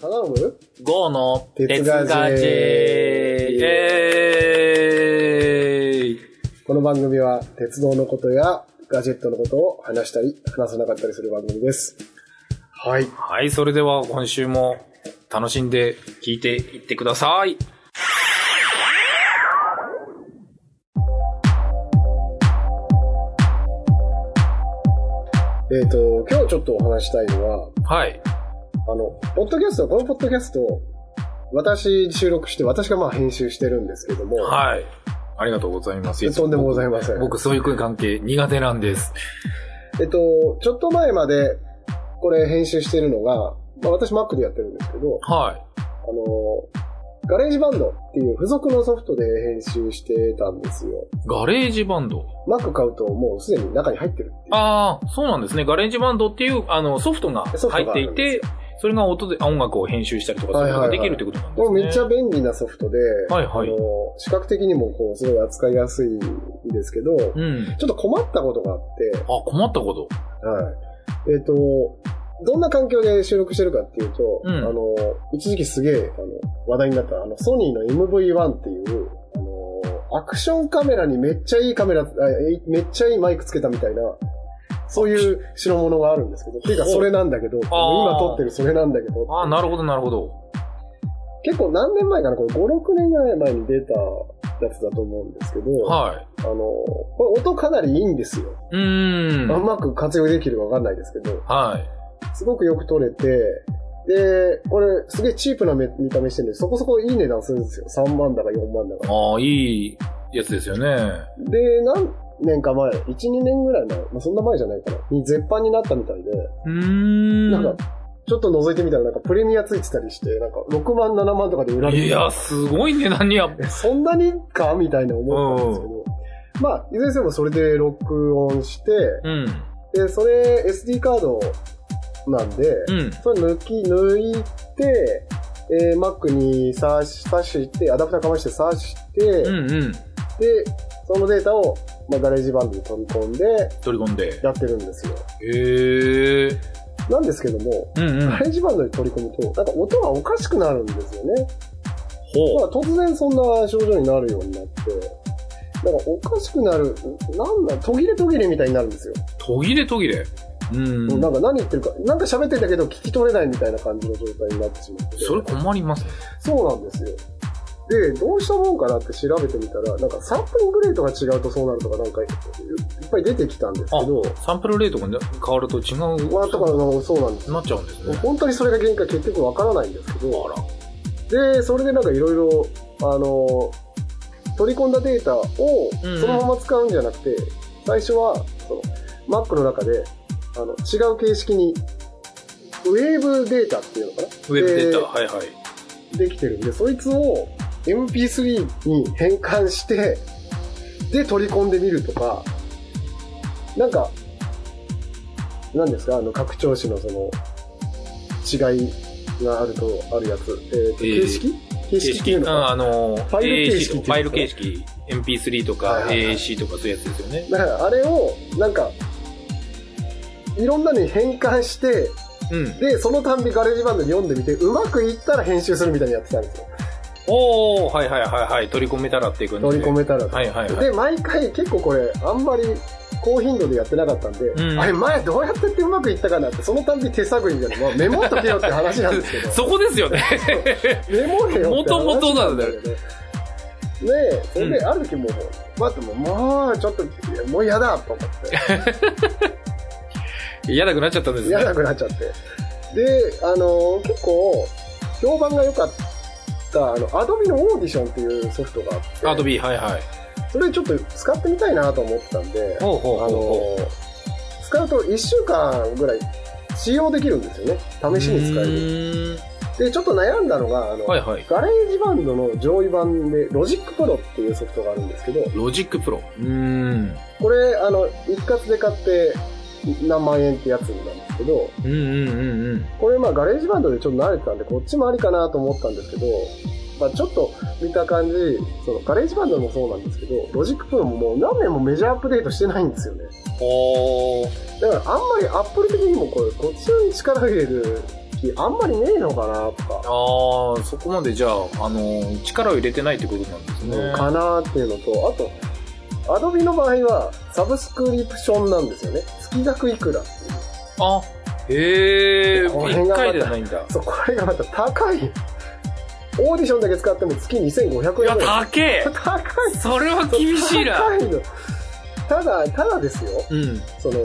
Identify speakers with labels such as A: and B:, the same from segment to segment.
A: 頼む
B: GO の
A: 鉄
B: 鉄
A: ガ
B: ガ
A: ジ
B: ジ
A: ェ
B: ェ
A: ー
B: イェーイ
A: この番組は鉄道のことやガジェットのことを話したり、話さなかったりする番組です。はい。
B: はい、それでは今週も楽しんで聞いていってください。
A: えっ、と、今日ちょっとお話したいのは、
B: はい。
A: あの、ポッドキャスト、このポッドキャスト、私収録して、私がまあ編集してるんですけども、
B: はい。ありがとうございます。
A: とんでもございません。
B: 僕、そういう関係苦手なんです。
A: えっと、ちょっと前まで、これ編集してるのが、まあ、私 Mac でやってるんですけど、
B: は
A: あの、ガレージバンドっていう付属のソフトで編集してたんですよ。
B: い。ガレージバンド。
A: Mac 買うともうすでに中に入ってるっていう。
B: ああ、そうなんですね。ガレージバンドっていうあのソフトが
A: ソフト
B: 入
A: が
B: っ
A: あ
B: て
A: る
B: い
A: んです
B: て、それが音であ音楽を編集したりとか、そう
A: はいいうは
B: の
A: いは
B: が
A: い
B: できるってことなんです
A: も
B: ね。
A: うめっちゃ便利なソフトで、
B: はいはい
A: あの視覚的にもこうすごい扱いやすいんですけど、ちょ
B: うん。
A: っと困ったことがあって、
B: あ、困ったこと。
A: はい。えっ、と、どんな環境で収録してるかっていうと、
B: うん
A: あの、一時期すげえ、あの、話題になった、あの、ソニーの MV1 っていう、あの、アクションカメラにめっちゃいいカメラ、あえめっちゃいいマイクつけたみたいな、そういう代物があるんですけど、っていうか
B: ほう
A: それなんだけど、
B: あー
A: 今撮ってるそれなんだけど、
B: ああ、なるほど、なるほど。
A: 結構何年前かな、これ5、6年ぐらい前に出たやつだと思うんですけど、
B: はい。
A: あの、これ音かなりいいんですよ。
B: うー。
A: うんまく活用できるかわかんないですけど、
B: はい。
A: すごくよく撮れて、で、これすげえチープなめ見た目してるんで、そこそこいい値段するんですよ。3万だか4万だか。
B: ああ、いいやつですよね。
A: で、何年か前、1、2年ぐらい前、まあ、そんな前じゃないかな、に絶版になったみたいで、
B: うーん。
A: なんか、ちょっと覗いてみたらなんかプレミアついてたりして、なんか6万、7万とかで売られて
B: い
A: る
B: や、すごい値段にや。
A: え そんなにかみたいな思ったんですけど、まあ、いずれにせよそれで録音して、
B: うん。
A: で、それ SD カードなんで、
B: うん。
A: それ抜き、抜いて、えー、Mac に挿し、挿して、アダプターかまして挿して、
B: うんうん。
A: で、そのデータを、まあ、ガレージバンドに取り込んで
B: 取り込んで。
A: やってるんですよ。
B: へえ。
A: なんですけども、
B: うんうん
A: ガ。レージバンドに取り込むと、なんか音がおかしくなるんですよね。だか
B: ほ
A: ら突然そんな症状になるようになって、なんかおかしくなる、なんだ、途切れ途切れみたいになるんですよ。
B: う。途切れ途切れ。うん。
A: なんか何言ってるか、なんか喋ってたけど聞き取れないみたいな感じの状態になってしまって。
B: それ困りますね。
A: そうなんですよ。で、どうしたもんかなって調べてみたら、なんかサンプリングレートが違うとそうなるとかなんかいっぱい出てきたんですけど、
B: サンプルレートがね変わると違う。
A: まあ、だからのそうなんです。
B: なっちゃうんですね。
A: 本当にそれが原因か結局わからないんですけど、で、それでなんかいろいろ、あの、取り込んだデータを
B: うんうん
A: そのまま使うんじゃなくて、最初は、その、Mac の中で、あの、違う形式に、ウェーブデータっていうのかな
B: ウェブデー
A: で
B: タ、はいはい。
A: できてるんで、そいつを MP3 に変換して、で取り込んでみるとか、なんか、なんですか、あの、拡張子のその、違いがあると、あるやつ。えーと
B: えー
A: 形式形式っていうのか
B: あ
A: な
B: あの、フ
A: ァイル形
B: a
A: 式っていうんですか
B: ファイル形式、MP3 と
A: はい
B: か
A: はいはい
B: AAC とかそういうやつですよね。
A: だから、あれを、なんか、いろんなのに変換して、
B: うん。
A: で、そのたんびガレージバンドに読んでみて、うまくいったら編集するみたいにやってたんですよ。
B: おー、はいはいはいはい。取り込めたらっていう感じ
A: 取
B: で。
A: り込めたら。
B: はいはいはい。
A: で、毎回結構これ、あんまり高頻度でやってなかったんで、
B: うん
A: あれ前どうやってってうまくいったかなって、そのたんび手探りで、まあ、メモっとけよって話なんですけ
B: そこですよね。
A: ど、メモれよって話
B: 元々な
A: なん
B: ん
A: だ
B: だ
A: よ
B: よ
A: ね。ねえ、それである時もう、待ってもう、もうちょっと、もう嫌だと思っ
B: 嫌なくなっちゃったんで
A: て、
B: すね
A: 嫌。なくなっちゃって。で、あのー結構、評判が良かった、あの、アドビのオーディションっていうソフトがあって、
B: アドビー、はいはい。
A: それちょっと使ってみたいなと思ってたんで、
B: ほうほう
A: あ
B: ほうほ
A: の使うと1週間ぐらい使用できるんですよね
B: う。
A: 試しに使える
B: る。
A: でちょっと悩んだのがあの、
B: はいはい。
A: ガレージバンドの上位版でロジックプロっていうソフトがあるんですけど
B: ロジックプロ。うーん。
A: これあの一括で買って何万円ってやつなんですけど
B: うんうんうんうん。
A: これまあガレージバンドでちょっと慣れてたんでこっちもありかなと思ったんですけど、まあ、ちょっと見た感じそのガレージバンドもそうなんですけどロジックプロももう何年もメジャーアップデートしてないんですよね
B: おー。
A: だからあんまりアップル的にもこれこっちに力入れる識あんまりねえのかなとか、
B: ああ、そこまでじゃあ、あのー、力を入れてないってことなんですね。
A: かなっていうのと、あと、アドビの場合はサブスクリプションなんですよね。月額いくらっていう。
B: あ、へえ、
A: この辺
B: 一
A: がまた
B: 回じゃないんだ。
A: そう、これがまた高い。オーディションだけ使っても月2500円
B: い
A: ぐら
B: や、
A: い。
B: 高え
A: 高い
B: それは厳しいな。
A: 高いの。ただ、ただですよ。
B: うん。
A: その、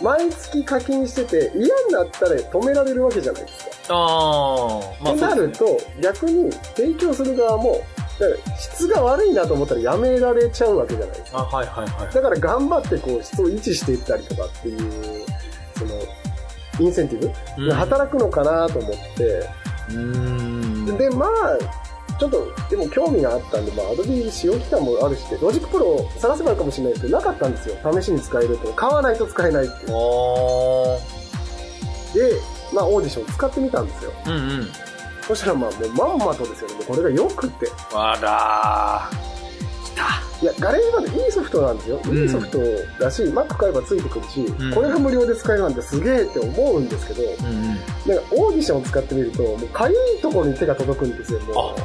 A: 毎月課金してて嫌になったら止められるわけじゃないですか。
B: ああ、
A: となると、逆に提供する側も、だから質が悪いなと思ったらやめられちゃうわけじゃないですか。
B: あ、はいはいはい。
A: だから頑張ってこう質を維持していったりとかっていう、その、インセンティブ、
B: うん
A: 働くのかなと思って、
B: うーん。
A: で、まあ、ちょっと、でも興味があったんで、まあ、アドビ使用期間もあるしで、ロジックプロを探せばあるかもしれないですけど、なかったんですよ。試しに使えると。買わないと使えないっていう。
B: あ
A: で、まあ、オーディション使ってみたんですよ。
B: あ、うんうん。
A: そしたら、まあ、もうまんまとですよね。もうこれが良くて。
B: あら
A: いや、ガレージバンドいいソフトなんですよ。
B: ん
A: いいソフトだし、Mac 買えばついてくるし、
B: ん
A: これが無料で使えるなんてすげえって思うんですけど、
B: ー。うん
A: なんかオーディション使ってみると、もうかゆいところに手が届くんですよ、も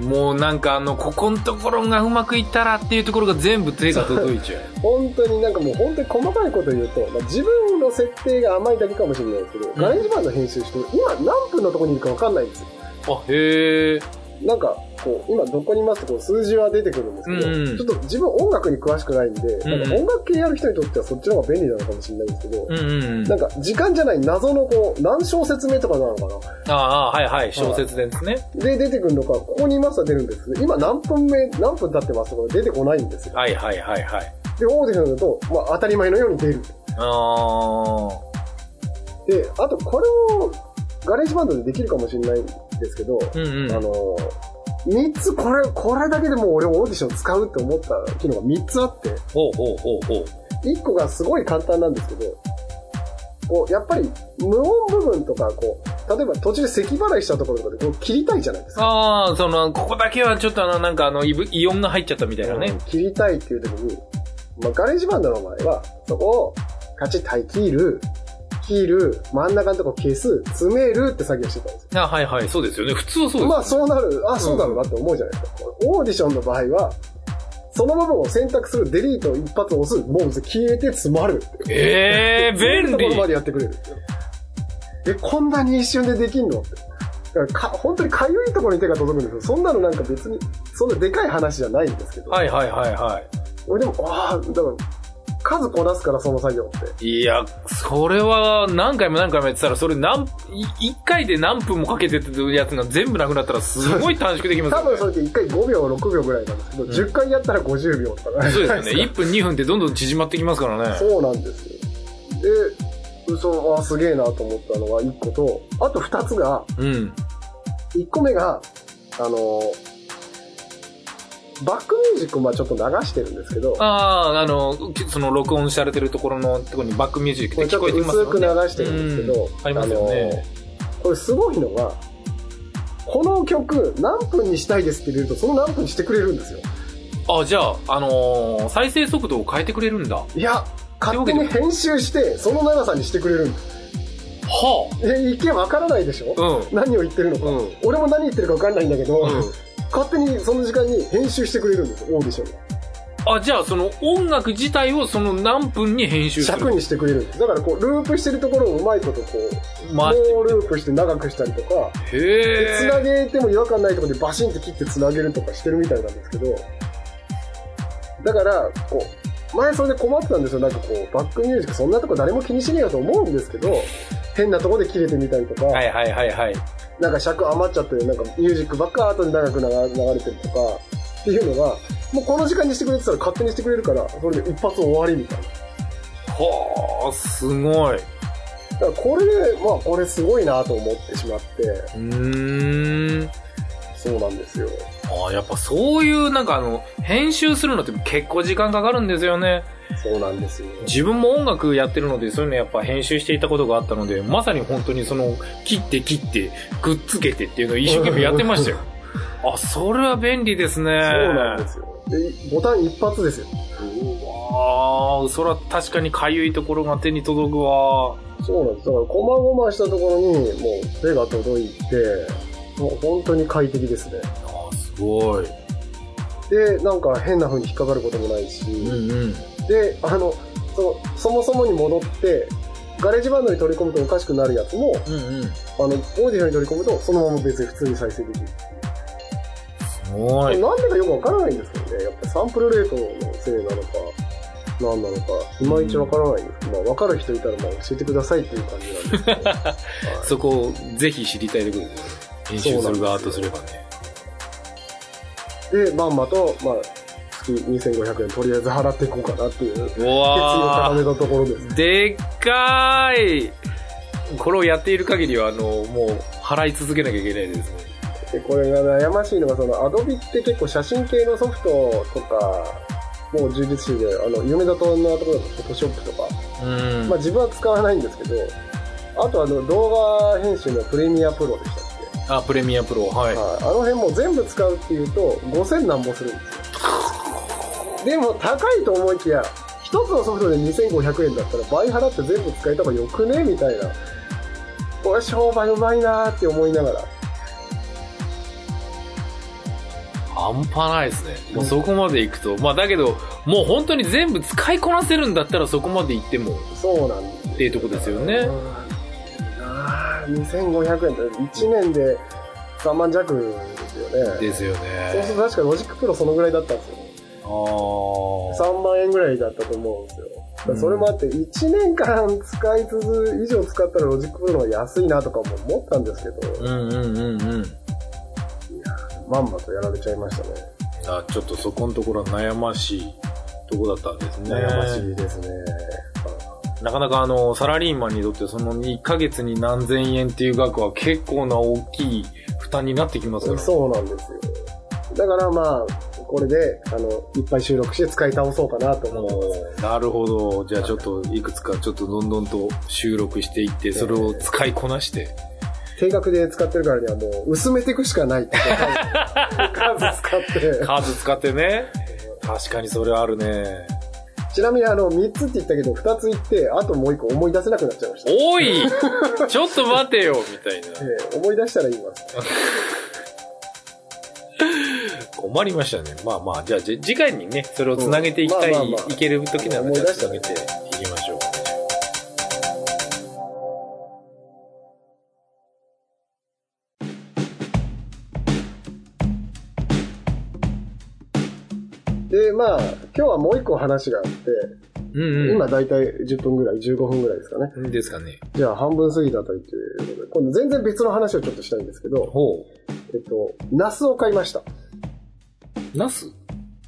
B: うん。もうなんかあの、ここのところがうまくいったらっていうところが全部手が届いちゃう。
A: う。本当になんかもう本当に細かいこと言うと、まあ、自分の設定が甘いだけかもしれないですけど、
B: ん
A: ガレージバンド編集して、今何分のところにいるかわかんないんですよ。
B: あ、へえ。
A: なんか、こう、今どこにいますとこう数字は出てくるんですけど、
B: うんうん
A: ちょっと自分音楽に詳しくないんで、
B: ん
A: なんか音楽系やる人にとってはそっちの方が便利なのかもしれないんですけど、
B: うんうん。
A: なんか時間じゃない謎のこう、何小説目とかなのかな
B: ああ、はいはい、小説ですね。
A: で、出てくるのか、ここにいますは出るんですけど、今何分目、何分経ってますとか出てこないんですよ。
B: はいはいはいはい。
A: で、オーディションだと、まあ当たり前のように出る。
B: ああ。
A: で、あとこれをガレージバンドでできるかもしれないんですけど、
B: うんうん。
A: あの、3つ、これ、これだけでもう俺オーディション使うって思った機能が3つあって、
B: ほうほうほうほう。
A: 1個がすごい簡単なんですけど、こう、やっぱり無音部分とか、こう、例えば途中で咳払いしたところとかでこう切りたいじゃないですか。
B: ああ、その、ここだけはちょっとあの、なんかあの、イブイオンが入っちゃったみたいなね。
A: 切りたいっていう時に、まあ、ガレージバンドの場合は、そこをカチッとはい切る、切る、真ん中のとこ消す、詰めるって作業してたんですよ。
B: あはいはい、そうですよね。普通はそうです。
A: まあそうなる、あ、そうだろうなって思うじゃないですか。オーディションの場合は、その部分を選択するデリートを一発押す、もう消えて詰まる。
B: ええ
A: そういうと
B: 便
A: こ
B: 利
A: ろまでやってくれるんですよ。え、こんなに一瞬でできんのって。だからか、本当にかゆいところに手が届くんですよ。そんなのなんか別に、そんなでかい話じゃないんですけど。
B: はいはいはいは
A: 俺でも、ああ、だから、数こなすから、その作業って。
B: い。いや、それは何回も何回もやってたら、それ何、い一回で何分もかけてってやつが全部なくなったらすごい短縮できます
A: 多
B: よね。
A: 分それって1回5秒、6秒ぐらいなんですけど、
B: ん
A: 10回やったら50秒とか。
B: そう ですよね。1分2分ってどんどん縮まってきますからね。
A: そうなんですよ。で、そああ、すげえなと思ったのが1個と、あと2つが、
B: うん。
A: 1個目が、あのバックミュージックもちょっと流してるんですけど、
B: ああー、あの、きその録音されてるところのところにバックミュージック
A: こ
B: で
A: れち
B: 聞
A: ょっ
B: ことえてきます
A: 薄く
B: よ
A: 流
B: ね。
A: してるんですけど、
B: うんありますよね
A: のこれすごいのが、この曲何分にしたいですって入れると、その何分にしてくれるんですよ。
B: あ、じゃあ、あのー再生速度を変えてくれるんだ。はい
A: や、勝手に編集して、その長さにしてくれるんです。え、一見わからないでしょ、
B: あ。うん。
A: 何を言ってるのか。
B: うん
A: 俺も何言ってるかわかんないんだけど、
B: うん
A: 勝手にその時間に編集してくれるんですよ、オーディションが。
B: あ、じゃあその音楽自体をその何分に編集す
A: 尺
B: る
A: にしてくれるんです。だからこう、ループしてるところをうまいことこう、
B: まあ、
A: もうループして長くしたりとか、で
B: へ
A: 繋
B: え。
A: げても違和感ないところでバシンって切って繋げるとかしてるみたいなんですけど、だから、こう、前それで困ってたんですよ。なんかこう、バックミュージックそんなとこ誰も気にしねえよと思うんですけど、変なとこで切れてみたりとか、
B: はいはいはいはい。
A: なんか尺余っちゃって、なんかミュージックばっか後で長く流流れてるとか、っていうのが、もうこの時間にしてくれてたら勝手にしてくれるから、それで一発終わりみたいな。
B: はあ、すごい。う
A: だからこれ、まあこれすごいなと思ってしまって、
B: ーん。
A: そうなんですよ。
B: あやっぱそういうなんかあの、編集するのって結構時間かかるんですよね。
A: そうなんですよ。
B: 自分も音楽やってるので、そういうのやっぱ編集していたことがあったので、まさに本当にその、切って切って、くっつけてっていうのを一生懸命やってました よ。あ、それは便利ですね。
A: そうなんですよ。で、ボタン一発ですよ。
B: うああ、そら確かにかゆいところが手に届くわ。
A: そうなんです。だから、こまごましたところに、もう手が届いて、もう本当に快適ですね。
B: あーすごい。
A: で、なんか変な風に引っかかることもないし、
B: うんうん。
A: で、あの、その、そもそもに戻って、ガレージバンドに取り込むとおかしくなるやつも、
B: うんうん。す
A: あの、オーディションに取り込むと、そのまま別に普通に再生できる。
B: ごい。
A: なんでかよくわからないんですけどね。やっぱサンプルレートのせいなのか、なんなのか、いまいちわからないんですけど、まあ、わかる人いたら、まあ、教えてくださいっていう感じなんですけど。はい
B: そこをぜひ知りたいところです。編集する側とすればね。
A: で、まんまと、まあ、月2500円とりあえず払っていこうかなっていう、決意
B: う
A: を
B: わ
A: 高
B: ー
A: めたところです。
B: でっかーいこれをやっている限りは、あの、もう、払い続けなきゃいけないです
A: で、
B: ね。
A: これが悩ましいのが、その、アドビって結構写真系のソフトとか、もう充実してて、あの、有名だとのところだと、フォトショップとか、
B: うん。
A: まあ自分は使わないんですけど、あとあの、動画編集のプレミアプロでしたっけ
B: あ、プレミアプロ、はい。
A: はい、あの辺も全部使うっていうと5000何本するんですよでも高いと思いきや一つのソフトで2500円だったら倍払って全部使えた方がよくねみたいなこれ商売うまいなーって思いながら
B: 半端ないですね。もうそこまで行くと。まあだけど、もう本当に全部使いこなせるんだったらそこまで行っても
A: そうなんです
B: っていうとこですよね
A: う。んあー2500円って1年で3万弱ですよね
B: ですよ
A: そうすると
B: ね。
A: 確かロジックプロそのぐらいだったんですよ
B: ああ。
A: 3万円ぐらいだったと思うんですよ。だからそれもあって、1年間使い続、以上使ったらロジックプロの方が安いなとかも思ったんですけど、
B: うんうんうんうん。
A: まんまとやられちゃいましたね。
B: あちょっとそこのところは悩ましいとこだったんですね。
A: 悩ましいですね。
B: なかなかあの、サラリーマンにとってその1ヶ月に何千円っていう額は結構な大きい負担になってきますから。
A: そうなんですよ。だからまあ、これで、あの、いっぱい収録して使い倒そうかなと思ってます。
B: なるほど。じゃあちょっといくつかちょっとどんどんと収録していって、それを使いこなして。
A: 定額で使ってるからにはもう、薄めていくしかないって感じ数使って。
B: カード使ってね。確かにそれあるね。
A: ちなみにあの、3つって言ったけど、2つ言って、あともう1個思い出せなくなっちゃいました。
B: おいちょっと待てよみたいな。
A: ええ思い出したら言います。
B: 困りましたね。まあまあ、じゃあじ次回にね、それをつなげていきた
A: う
B: い、
A: んまあまあまあ
B: いける時なら
A: 思い出し
B: つ
A: た
B: な
A: ね
B: げていきましょう。
A: で、まあ、今日はもう一個話があって、
B: うんうん。
A: 今だいたい10分ぐらい、15分ぐらいですかね。
B: ですかね。
A: じゃあ半分過ぎたということで、今度全然別の話をちょっとしたいんですけど、
B: ほ
A: えっと、ナスを買いました。
B: う。ナス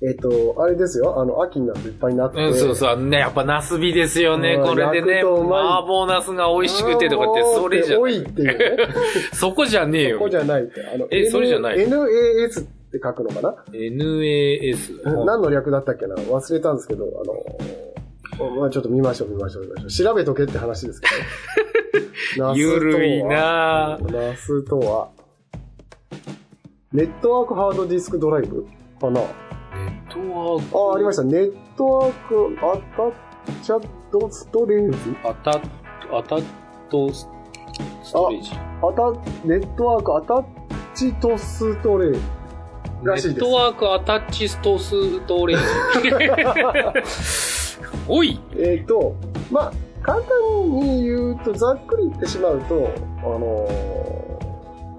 A: えっと、あれですよ、あの、秋になっていっぱいになって。
B: うん、そうそう。ね、やっぱナスビですよね。
A: うん
B: これでね、
A: 焼くとうまい
B: 麻婆ナスが美味しくてとかって、それじゃ
A: 多、いっていうね。
B: そこじゃね
A: こ
B: えよ
A: こ。じゃないって。あの、
B: えそれじゃない
A: NAS って書くのかな
B: NAS。
A: 何の略だったっけな忘れたんですけど、あの、まあちょっと見ましょう見ましょう見ましょう。調べとけって話です けど。
B: ゆるい
A: ナスとは
B: なぁ。
A: ナスとは、ネットワークハードディスクドライブかな
B: ネットワーク
A: あ、ありました。ネットワークアタッチャドストレージ
B: アタッ、アタッとストレージ。
A: アタネットワークアタッチとストレージ。らしい
B: ネ
A: で
B: ッ
A: す
B: トワークアタッチストストレージ。 おい
A: えっ、と、まあ簡単に言うと、ざっくり言ってしまうと、あの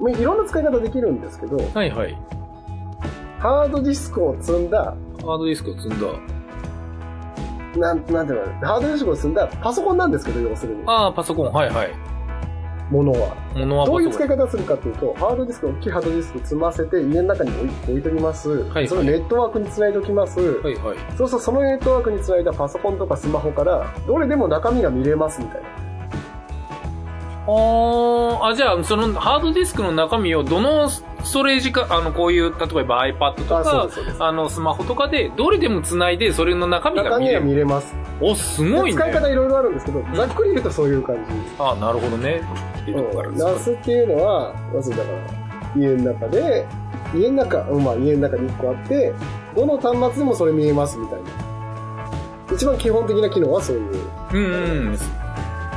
A: ーまあいろんな使い方できるんですけど、
B: はいはい。
A: ハードディスクを積んだ、
B: ハードディスクを積んだ。
A: なん、なんていうのかな、ハードディスクを積んだパソコンなんですけど、要するに、
B: ああ、パソコン、はいはい。
A: ものは。
B: ものは
A: ど
B: パソコ
A: う
B: ン。
A: いう使い方をするかというと、ハードディスク、大きいハードディスクを積ませて、家の中に置い置いときます。
B: はい
A: それをネットワークにつないでおきます。
B: はいはい。
A: そうすると、そのネットワークにつないだパソコンとかスマホから、どれでも中身が見れますみたいな。
B: ああ、じゃあ、そのハードディスクの中身をどのストレージか、あの、こういう、例えば iPad と
A: あそう
B: か
A: ですそうで、す
B: あの、スマホとかで、どれでも繋いで、それの中身が
A: 中
B: 見
A: 身
B: れ
A: が
B: る。
A: 見れます。
B: お、すごい
A: で
B: ね。
A: 使い方いろいろあるんですけど、
B: ん
A: ざっくり言うとそういう感じ。
B: ああ、なるほどね。っていうとこから
A: うん、
B: ですか
A: ナスっていうのは、まずだから、家の中で、家の中、うんまあ家の中に1個あって、どの端末でもそれ見えますみたいな。一番基本的な機能はそういう。
B: うん、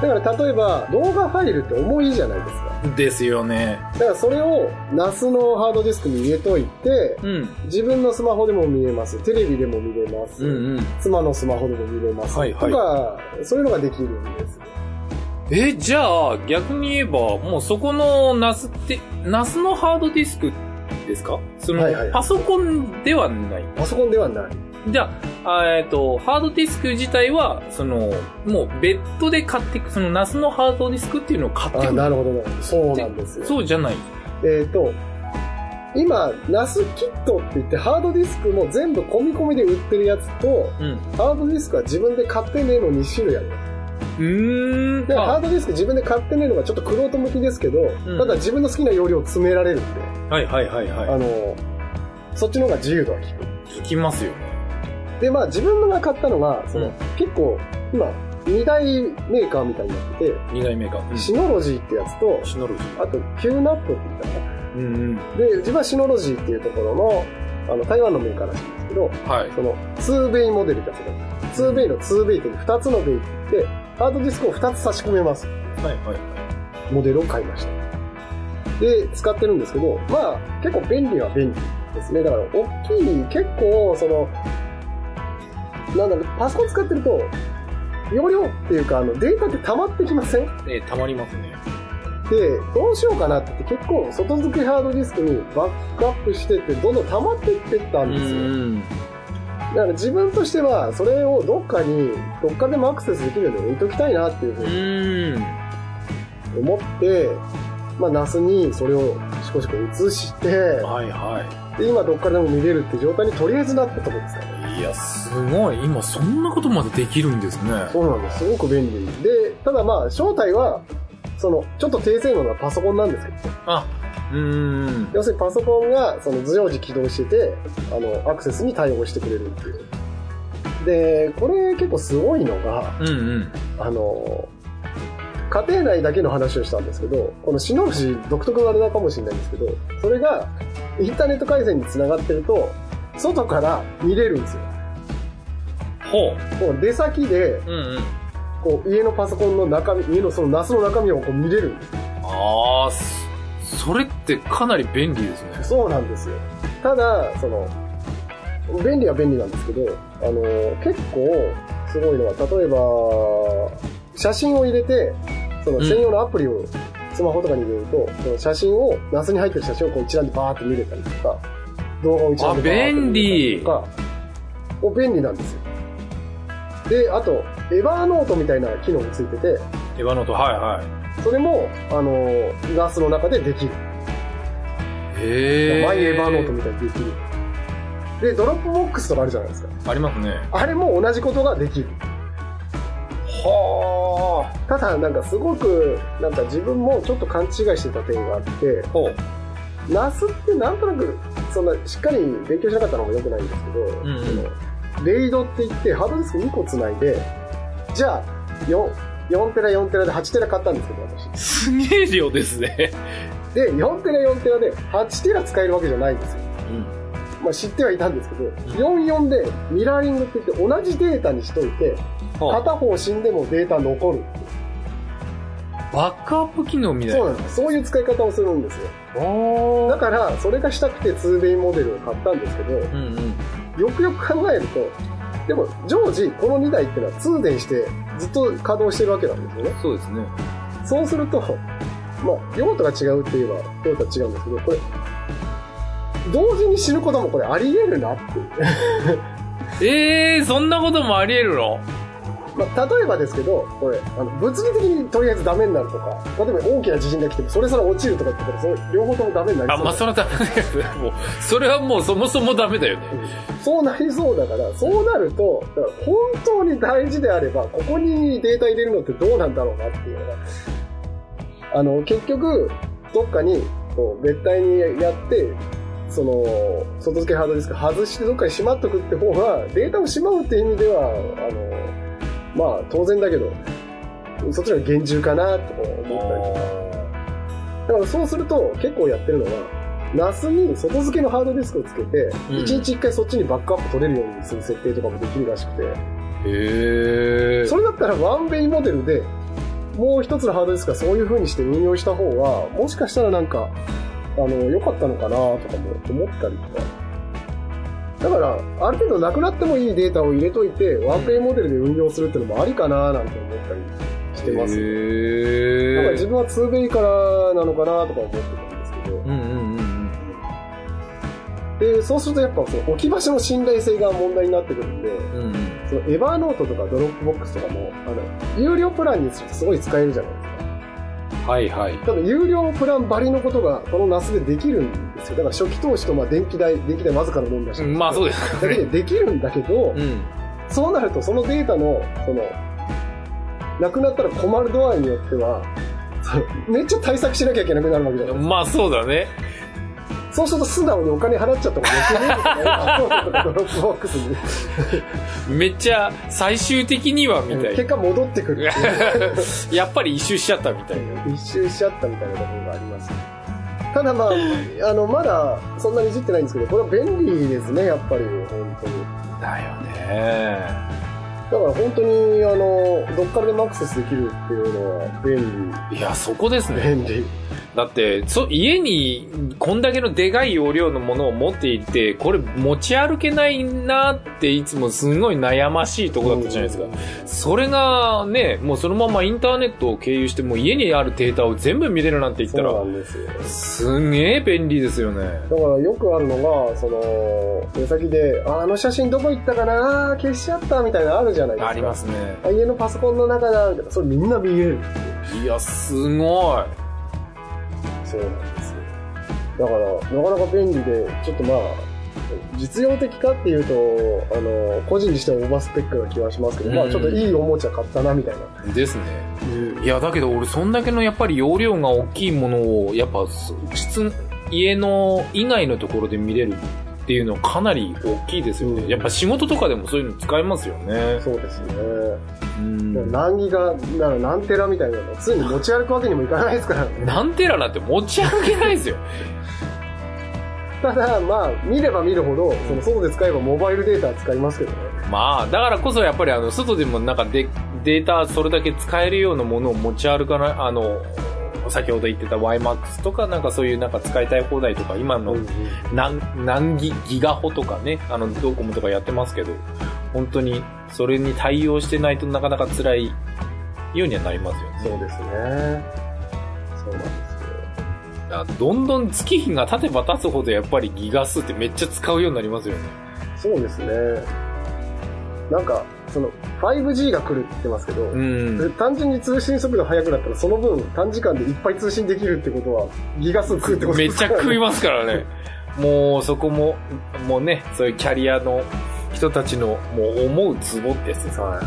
A: だから例えば、動画ファイルって重いじゃないですか。
B: うん。ですよね。
A: だからそれを NAS のハードディスクに入れといて、
B: うん。
A: 自分のスマホでも見れます。テレビでも見れます。
B: うんうん。
A: 妻のスマホでも見れます。
B: はいはい
A: とか、そういうのができるんですね。
B: え、じゃあ、逆に言えば、もうそこの NAS って、NAS のハードディスクですかその、
A: はいはい
B: パソコンではない。
A: パソコンではない。
B: じゃあ、あえっ、と、ハードディスク自体は、その、もう別途で買っていく、その NAS のハードディスクっていうのを買って
A: あ
B: く
A: なるほどね。そうなんですよ。
B: そうじゃない。
A: えっ、と、今、NAS キットって言って、ハードディスクも全部込み込みで売ってるやつと、
B: うん。
A: ハードディスクは自分で買ってねえの2種類ある。
B: うーん。
A: で、ハ
B: あ
A: ードディスク自分で買ってねえのがちょっとクロート向きですけど、
B: うん
A: ただ自分の好きな容量を詰められるんで、
B: はいはいはい
A: あ
B: は
A: の、そっちの方が自由度は効く。
B: い。聞きますよね。
A: で、まあ自分のが買ったのは、その、
B: うん
A: 結構、今、2大メーカーみたいになってて、
B: 二代目が。うん
A: シノロジーってやつと、
B: シノロジー。
A: あと、キューナップって言ったかな。
B: うんうん。
A: で、自分はシノロジーっていうところの、あの、台湾のメーカーらしいんですけど、
B: はい。
A: その、2ベイモデルってやつが、2ベイの2ベイっていう2つのベイで、ハードディスクを2つ差し込めます。
B: はいはい。
A: モデルを買いました。で、使ってるんですけど、まあ、結構便利は便利ですね。だから、大きい、結構、その、なんだろう、パソコン使ってると、容量っていうか、あの、データって溜まってきませんで、
B: えー、たまりますね。
A: どうしようかなって言って結構、外付けハードディスクにバックアップしてって、どんどん溜まってってった
B: うん
A: ですよ。
B: ん。
A: だから自分としては、それをどっかに、どっかでもアクセスできるように置いときたいなっていうふう
B: う
A: に
B: ーん。
A: 思って、まあ、ナスにそれをしこしこ移して、
B: はいは
A: で今どっからでも見れるって状態にとりあえずなったところですからね。
B: い。いや、すごい。今、そんなことまでできるんですね。
A: そうなんです。すごく便利。で、ただまあ、正体は、その、ちょっと低性能なパソコンなんですけど、
B: あ、うーん。
A: 要するにパソコンが、その、常時起動してて、あの、アクセスに対応してくれるっていう。で、これ結構すごいのが、
B: うんうん。
A: あの、家庭内だけの話をしたんですけど、このシノロジー独特のあれだかもしれないんですけど、それがインターネット回線につながってると、外から見れるんですよ。
B: ほう。
A: こう出先で、
B: うんうん。
A: こう家のパソコンの中身、家のその NAS の中身をこう見れるんで
B: ああ、そそれってかなり便利ですね。
A: す。そうなんですよ。ただ、その、便利は便利なんですけど、あの、結構すごいのは、例えば、写真を入れて、その専用のアプリをスマホとかに入れると、その写真を、NAS に入ってる写真をこう一覧でバーって見れたりとか、動画を一覧でバーって見れたりとか、お便利なんですよ。で、あと、エバーノートみたいな機能もついてて、
B: エヴァノート、はいは
A: それも、あの、ナスの中でできる。
B: い。へえ。
A: マイエバーノートみたいにできる。で、ドロップボックスとかあるじゃないですか。
B: ありますね。
A: あれも同じことができる。
B: は
A: た
B: あ。
A: だ、なんかすごく、なんか自分もちょっと勘違いしてた点があって、
B: ほう。
A: ナスってなんとなく、そんな、しっかり勉強しなかったのが良くないんですけど、
B: んうん
A: そのレイドって言って、ハードディスク2個つないで、じゃあ、4、4テラ4テラで8テラ買ったんですけど、私。
B: すげえ量ですね。
A: で、4テラ4テラで8テラ使えるわけじゃないんですよ。
B: うん。
A: まあ、知ってはいたんですけど、44でミラーリングって言って同じデータにしといて、
B: は
A: 片方死んでもデータ残る。
B: あ、バックアップ機能みたい
A: そ
B: な。
A: うなんです。そういう使い方をするんですよ。
B: お
A: だから、それがしたくて 2way モデルを買ったんですけど、
B: うんうん。
A: よくよく考えると、でも、常時、この2台ってのは通電して、ずっと稼働してるわけなんですよね。
B: そうですね。
A: そうすると、まあ、用途が違うって言えば、用途は違うんですけど、これ、同時に死ぬこともこれあり得るなっていう。
B: ええー、そんなこともあり得るの
A: まあ、例えばですけど、これ、あの物理的にとりあえずダメになるとか、例えば大きな地震が来ても、それさら落ちるとかってことは、その両方ともダメになり
B: あ、
A: そう
B: まあ、
A: だ
B: それはダメだよね。もう、それはもうそもそもダメだよね。
A: そうなりそうだから、そうなると、だから本当に大事であれば、ここにデータ入れるのってどうなんだろうなっていうのが、あの、結局、どっかに、こう、別体にやって、その、外付けハードディスク外してどっかにしまっとくって方が、データをしまうっていう意味では、あの、まあ、当然だけど、そっちの方が厳重かな、と思ったりとかだからそうすると結構やってるのは、NAS に外付けのハードディスクをつけて、
B: うん
A: 1日1回そっちにバックアップ取れるようにする設定とかもできるらしくて、
B: うへえ。
A: それだったらワンベイモデルで、もう一つのハードディスクはそういう風にして運用した方が、もしかしたらなんか、あの、良かったのかなとかも思ったりとか。だから、ある程度なくなってもいいデータを入れといて、ワンベイモデルで運用するっていうのもありかななんて思ったりしてます。
B: へ
A: なんか
B: え。
A: 自分は2ベイからなのかなとか思ってたんですけど。
B: うんうんうん
A: で、そうするとやっぱその置き場所の信頼性が問題になってくるんで、
B: うん。うんうん。
A: そのエバーノートとかドロップボックスとかも、あの、有料プランにするとすごい使えるじゃないですか。
B: はいはい。
A: 多分有料プランばりのことがこのナスでできるんですよ。だから初期投資とまあ電気代、電気代わずかなもんだし。
B: まあそう
A: う
B: です
A: だけ
B: ね。
A: でできるんだけど、
B: うん。
A: そうなるとそのデータの、その、なくなったら困る度合いによっては、そのめっちゃ対策しなきゃいけなくなるわけじゃない
B: まあそうだね。
A: そうすると素直にお金払っちゃった もんね。ドロップボックスに。
B: めっちゃ最終的にはみたい
A: 結果戻ってくるっていう。
B: な。 やっぱり一周しちゃったみたいな。
A: 一周しちゃったみたいなところがあります。ただまあ、あの、まだそんなにいじってないんですけど、これは便利ですね、やっぱり、本当に。
B: だよね。
A: だから本当に、あの、どっからでもアクセスできるっていうのは便
B: いや、そこですね。
A: 利。便利。
B: だって、そ、家に、こんだけのでかい容量のものを持っていて、これ持ち歩けないなっていつもすごい悩ましいとこだったじゃないですか。それがね、もうそのままインターネットを経由して、もう家にあるデータを全部見れるなんて言った
A: そうな
B: ら、
A: んですよ。
B: すげえ便利ですよね。
A: だからよくあるのが、その、目先で、ああの写真どこ行ったかなあー消しちゃったみたいなのあるじゃないですか。
B: ありますね。
A: あ。家のパソコンの中だ、みたいなそれみんな見える。
B: いや、すごい。
A: そうなんですよ。だから、なかなか便利で、ちょっとまあ、実用的かっていうと、あの、個人にしてはオーバースペックな気はしますけど、まあちょっといいおもちゃ買ったな、みたいな。
B: ですね。いや、だけど俺そんだけのやっぱり容量が大きいものを、やっぱす、室、家の以外のところで見れるっていうのはかなり大きいですよね。
A: うん
B: やっぱ仕事とかでもそういうの使えますよね。
A: そうですね。
B: うん。
A: 何ギガ、なら何テラみたいなの、常に持ち歩くわけにもいかないですから、
B: 何テラなんて持ち歩けないですよ。
A: ただ、まあ、見れば見るほど、その外で使えばモバイルデータは使いますけどね。
B: まあ、だからこそやっぱりあの、外でもなんかでデータそれだけ使えるようなものを持ち歩かない、あの、先ほど言ってた YMAX とかなんかそういうなんか使いたい放題とか今の何、何ギギガホとかね、あの、ドコモとかやってますけど、本当に、それに対応してないとなかなか辛いようにはなります
A: そ
B: よね。
A: うですね。そうなんですよ。
B: だからどんどん月日が経てば経つほどやっぱりギガ数ってめっちゃ使うようになりますよね。
A: そうですね。なんか、その、5G が来るって言ってますけど、
B: うん。
A: 単純に通信速度速くなったら、その分、短時間でいっぱい通信できるってことは、ギガ数食うってこと
B: め
A: で
B: っ
A: す
B: ちゃ食いますからね。もうそこも、もうね、そういうキャリアの人たちのもう思うツボってやつです。
A: は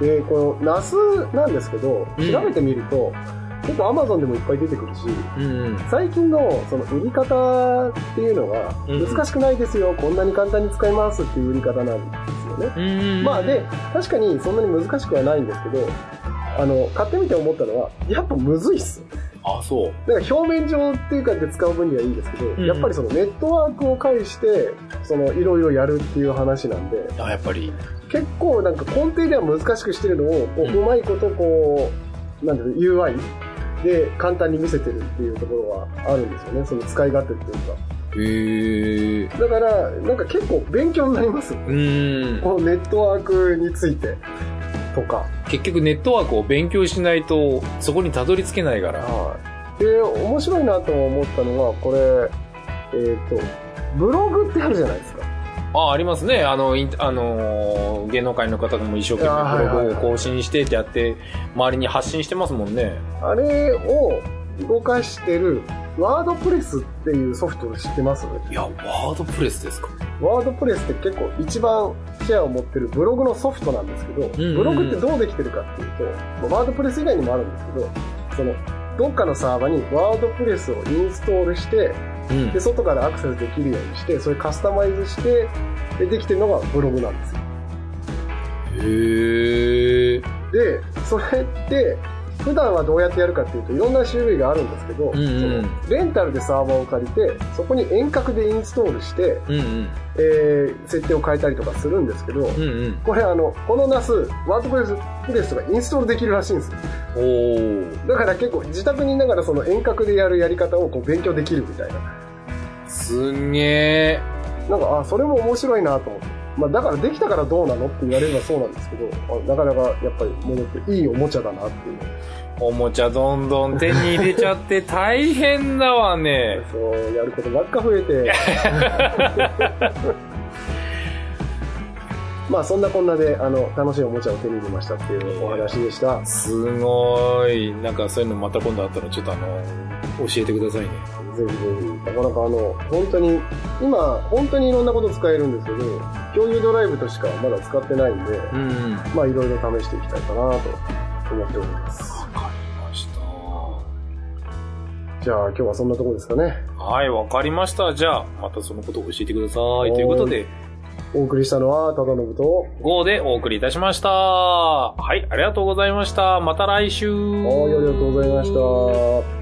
A: い。で、この、ナスなんですけど、
B: うん
A: 調べてみると、結構 Amazon でもいっぱい出てくるし、
B: うん。
A: 最近のその売り方っていうのが
B: うんうん
A: 難しくないですよ、こんなに簡単に使えますっていう売り方なんですよね。
B: うん。
A: まあで、確かにそんなに難しくはないんですけど、あの、買ってみて思ったのは、やっぱむずいっす。
B: あ、そう。
A: なんか表面上っていうかで使う分にはいいんですけど、
B: うん
A: やっぱりそのネットワークを介して、そのいろいろやるっていう話なんで、
B: あやっぱり。
A: 結構なんか根底では難しくしてるのを、こう
B: う
A: うんまいことこう、なんていうの UI で簡単に見せてるっていうところはあるんですよね、その使い勝手っていうか。
B: へえ。
A: だから、なんか結構勉強になります。
B: うん。
A: このネットワークについてとか。
B: 結局ネットワークを勉強しないとそこにたどり着けないから。
A: はい。で、面白いなと思ったのは、これ、えっ、と、ブログってあるじゃないですか。
B: あ、ありますね。あの、インあのー芸能界の方も一生懸
A: あー
B: 命ブ
A: はいは
B: ロ
A: い
B: グを更新してってやって、周りに発信してますもんね。
A: あれを動かしてる、ワードプレスっていうソフト知ってます
B: いや、ワードプレスですか。
A: ワードプレスって結構一番シェアを持ってるブログのソフトなんですけど、
B: うん
A: ブログってどうできてるかっていうと、まあワードプレス以外にもあるんですけど、その、どっかのサーバにワードプレスをインストールして、
B: うん
A: で、。外からアクセスできるようにして、それカスタマイズして、で、できてるのがブログなんですよ。
B: へえ。
A: で、それって、普段はどうやってやるかっていうといろんな種類があるんですけど、
B: うんうん
A: そのレンタルでサーバーを借りてそこに遠隔でインストールして、
B: うんうん。
A: えー設定を変えたりとかするんですけど、
B: うんうん。
A: これあのこの NAS ワードプレスプレスとかインストールできるらしいんですよ
B: おー。
A: だから結構自宅にいながらその遠隔でやるやり方をこう勉強できるみたいな
B: すんげ
A: なんかあそれも面白いなと思って、まあ、だからできたからどうなのって言われればそうなんですけどあなかなかやっぱり物っていいおもちゃだなっていう
B: ー。おもちゃどんどん手に入れちゃって大変だわね。
A: そうやることばっか増えて まあそんなこんなであの楽しいおもちゃを手に入れましたっていうお話でした
B: すごい。なんかそういうのまた今度あったらちょっとあの、教えてくださいね。
A: ぜひぜひなかなかあの本当に今本当にいろんなこと使えるんですけど共有ドライブとしかまだ使ってないんで
B: うんうん。わ
A: まあいろいろ試していきたいかなと思っております
B: かりました。
A: じゃあ今日はそんなとこですかね
B: はい、わかりました。じゃあ、またそのことを教えてくださ
A: ー
B: い。
A: い
B: ということで、
A: お送りしたのは忠信と
B: GO でお送りいたしました。はい、ありがとうございました。また来週。
A: はいありがとうございました